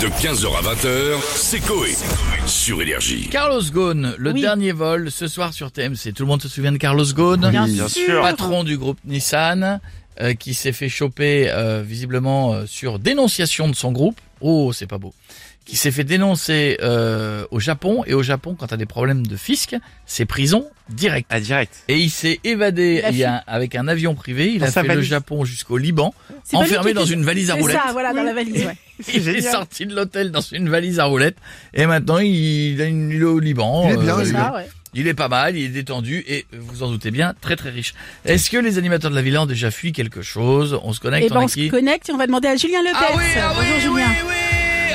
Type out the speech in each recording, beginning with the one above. De 15h à 20h, c'est Coé. Sur Énergie. Carlos Ghosn, le Oui. dernier vol ce soir sur TMC. Tout le monde se souvient de Carlos Ghosn, Bien bien sûr. patron du groupe Nissan, euh, qui s'est fait choper euh, visiblement euh, sur dénonciation de son groupe. Oh, c'est pas beau. Qui s'est fait dénoncer euh, au Japon. Et au Japon, quand t'as des problèmes de fisc, c'est prison direct. À direct. Et il s'est évadé Il a il y a- avec un avion privé. Il Dans a sa fait le valise. Japon jusqu'au Liban, enfermé dans une valise à C'est roulettes. ça, voilà, dans la valise, ouais. C'est Il est génial. sorti de l'hôtel dans une valise à roulettes et maintenant il a une île au Liban. Il est bien, Euh, il est C'est bien. ça, Ah ouais. il est pas mal, il est détendu et vous en doutez bien, très très riche. Est-ce que les animateurs de la villa ont déjà fui quelque chose On se Et connecte, ben, on on est se qui connecte et on va demander à Julien Lepers. Ah oui, ah oui, Bonjour oui, Julien. oui,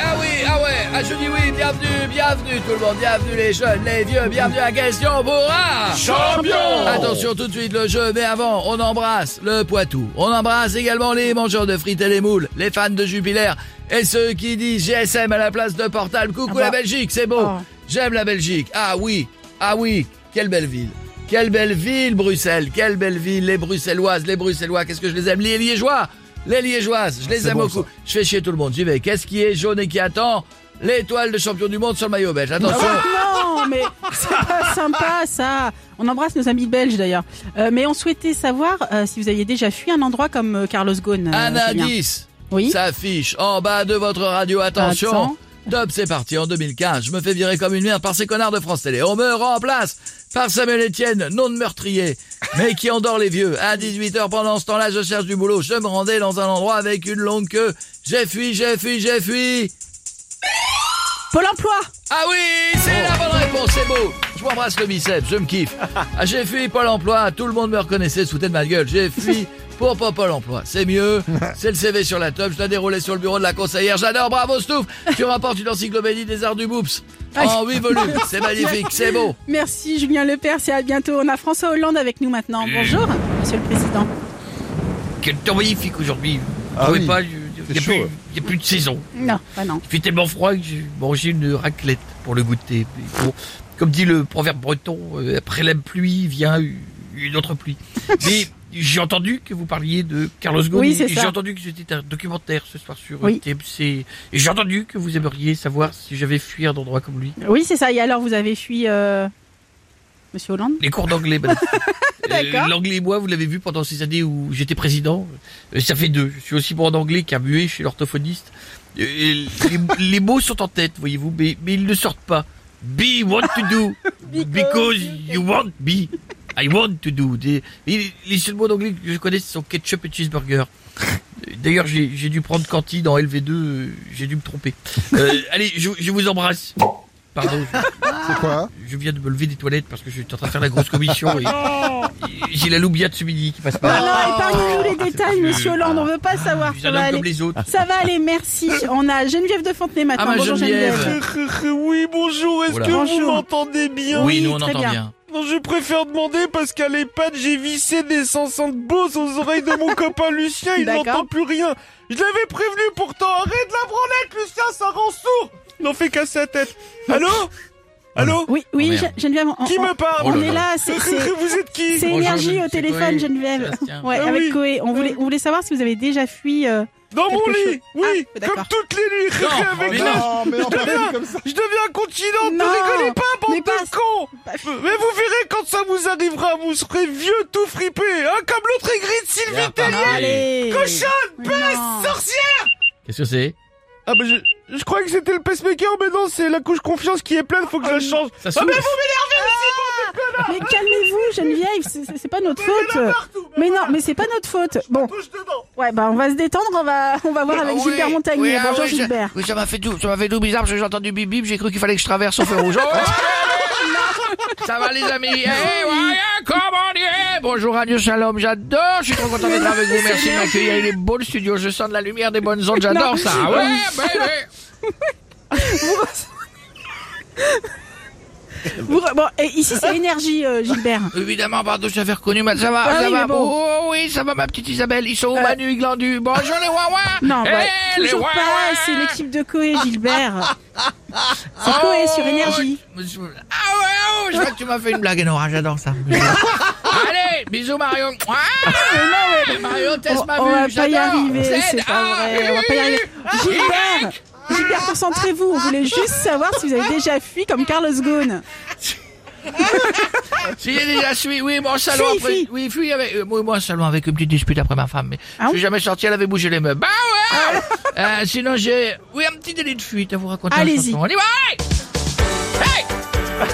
ah oui, ah ouais, ah je dis oui, bienvenue, bienvenue tout le monde, bienvenue les jeunes, les vieux, bienvenue à Question Bourra Champion Attention tout de suite le jeu, mais avant, on embrasse le Poitou. On embrasse également les mangeurs de frites et les moules, les fans de Jupiler et ceux qui disent GSM à la place de portable. Coucou Ah bah. la Belgique, c'est beau. Oh. J'aime la Belgique. Ah oui, ah oui, quelle belle ville. Quelle belle ville, Bruxelles. Quelle belle ville, les Bruxelloises, les Bruxellois. Qu'est-ce que je les aime, les Liégeois, les Liégeoises. Je les c'est aime bon, beaucoup. Je fais chier tout le monde. J'y vais. Qu'est-ce qui est jaune et qui attend L'étoile de champion du monde sur le maillot belge. Attention. Oh, non, mais c'est pas sympa ça. On embrasse nos amis belges d'ailleurs. Euh, mais on souhaitait savoir euh, si vous aviez déjà fui un endroit comme euh, Carlos Ghosn. euh, Un Julien. indice Oui. s'affiche en bas de votre radio. Attention. Attends. Dob, c'est parti en 2015. Je me fais virer comme une merde par ces connards de France Télé. On me remplace par Samuel Etienne, non de meurtrier, mais qui endort les vieux. À 18h pendant ce temps-là, je cherche du boulot. Je me rendais dans un endroit avec une longue queue. J'ai fui, j'ai fui, j'ai fui. Pôle emploi. Ah oui, c'est la bonne réponse, c'est beau. Je m'embrasse le biceps, je me kiffe. Ah, j'ai fui Pôle emploi, tout le monde me reconnaissait, sous de ma gueule. J'ai fui pour pas Pôle emploi. C'est mieux, c'est le CV sur la table, je l'ai déroulé sur le bureau de la conseillère. J'adore, bravo Stouff, tu remportes une encyclopédie des arts du boops. En 8 volumes, c'est magnifique, c'est beau. Merci Julien Lepers et à bientôt. On a François Hollande avec nous maintenant. Bonjour, Monsieur le Président. Quel temps magnifique aujourd'hui. Vous Ah trouvez oui. pas, il C'est n'y a, chaud, plus- ouais. y a plus de saison. Non, pas non. Il fait tellement froid que j'ai mangé une raclette pour le goûter. Et bon, comme dit le proverbe breton, euh, après la pluie vient u- une autre pluie. Mais j'ai entendu que vous parliez de Carlos Ghosn. Oui, et c'est ça. J'ai entendu que c'était un documentaire ce soir sur euh, Oui. TMC. Et j'ai entendu que vous aimeriez savoir si j'avais fui un endroit comme lui. Oui, c'est ça. Et alors, vous avez fui euh, Monsieur Hollande Les cours d'anglais, madame. Euh, D'accord. L'anglais et moi, vous l'avez vu pendant ces années où j'étais président. Euh, Ça fait deux. Je suis aussi bon en anglais qu'un muet chez l'orthophoniste. Euh, et les, les mots sont en tête, voyez-vous, mais, mais ils ne sortent pas. Be what to do. Because you want be. I want to do. Des- les, les seuls mots d'anglais que je connais, ce sont ketchup et cheeseburger. Euh, D'ailleurs, j'ai j'ai dû prendre cantine en LV2. euh, J'ai dû me tromper. Euh, allez, je, je vous embrasse. Pardon. je- C'est quoi je viens de me lever des toilettes parce que je suis en train de faire la grosse commission et et j'ai la loubia de ce midi qui passe Bah Ah par. non, Oh, épargnez-nous les détails, Monsieur Hollande. On veut pas savoir. Je suis Ça un va homme aller. comme les autres. Ça va aller, merci. On a Geneviève de Fontenay maintenant. Ah ma Bonjour Geneviève. Geneviève. Oui, bonjour, est-ce Oula. que vous Bonjour. m'entendez bien Oui, nous on très entend bien. bien. Non, je préfère demander parce qu'à l'EHPAD, j'ai vissé des 105 bosses aux oreilles de mon copain Lucien, il D'accord. n'entend plus rien. Je l'avais prévenu pourtant, arrête la branlette, Lucien, ça rend sourd Il en fait casser la tête. Allô Allô Oui, Oh, oui, merde. Ge- Geneviève, on, Qui on- me parle Oh on là est là. là, c'est c'est- Vous êtes qui c'est Bonjour, énergie Geneviève, au c'est téléphone, Coé. Geneviève. Sébastien. Ouais, Ah avec oui. Coé. On voulait, on voulait savoir si vous avez déjà fui. euh, Dans mon quelque lit chose. Oui Ah, d'accord. Comme toutes les nuits, Non, rire avec mais l'âge non. je, deviens, je deviens continent, Non, ne rigolez pas, mais bande de pas- cons bah, Mais vous verrez quand ça vous arrivera, vous serez vieux tout fripé, hein, comme l'autre aigri de Sylvie Bien parlé. Allez Cochonne, Non. peste, sorcière Qu'est-ce que c'est Ah bah je, je croyais que c'était le pacemaker, mais non, c'est la couche confiance qui est pleine, faut que je la change. Ça Ah Oh, s'ouvre. mais vous Mais calmez-vous, Geneviève, c'est- c'est c'est pas notre faute. partout Mais non, mais c'est pas notre faute. Bon, Touche dedans ouais, bah on va se détendre, on va, on va voir avec Ah Gilbert oui, Montagnier. oui, ah Bonjour oui, je- Gilbert. Oui, ça m'a fait tout, ça m'a fait tout bizarre parce que j'ai entendu bip bip, j'ai cru qu'il fallait que je traverse au feu rouge. Oh, ouais. ça va les amis. Eh, Ah voilà, comment dire Bonjour Radio Shalom, j'adore, je suis trop content d'être avec vous. Merci de m'accueillir, il est beau le studio, je sens de la lumière des bonnes ondes, j'adore ça. Ah Ouais, bah, ouais. Vous re- Bon, et ici c'est énergie, euh, Gilbert. Évidemment, pardon, je t'avais reconnu, mais ça va, Ah ça oui, va. mais bon. Oh oui, ça va, ma petite Isabelle. Ils sont où, Euh. Manu et Glandu Bonjour les Wawa. Non, Eh, bah, les toujours Wawa. pas, c'est l'équipe de Coé, Gilbert. Oh, C'est Coé sur énergie. Ah ouais, oh, je vois que tu m'as fait une blague, Nora, j'adore ça. Allez, bisous Marion. Ah, Marion, On, teste ma Oh, on va vue, pas y j'adore. arriver, Z, c'est pas ah, vrai, on va pas y arriver. Gilbert Gilbert, concentrez-vous. On voulait juste savoir si vous avez déjà fui comme Carlos Ghosn. Si j'ai déjà fui, oui, mon salon Fui, après. fui. Oui, fui avec. euh, oui, moi, un salon avec une petite dispute après ma femme. Mais Ah je oui Ah suis jamais sorti, elle avait bougé les meubles. Bah ouais Euh, Sinon, j'ai. Oui, un petit délit de fuite à vous raconter. un Allez-y. chanson. On y va hey Hey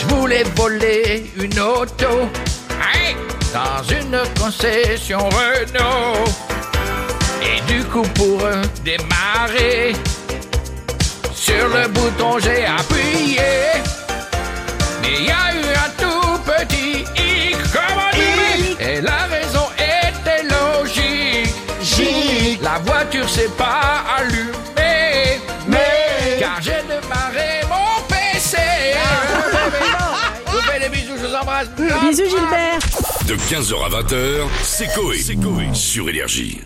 Je voulais voler une auto. Hey Dans une concession Renault. Et du coup, pour euh, démarrer, sur le bouton, j'ai appuyé. Mais il y a eu un tout petit hic, comment dire Et la raison était logique. La voiture s'est pas allumée. Mais. Car j'ai démarré mon PC. Je vous fais des bisous, je vous embrasse. Bisous Gilbert. De 15h à 20h, c'est Coé sur Énergie.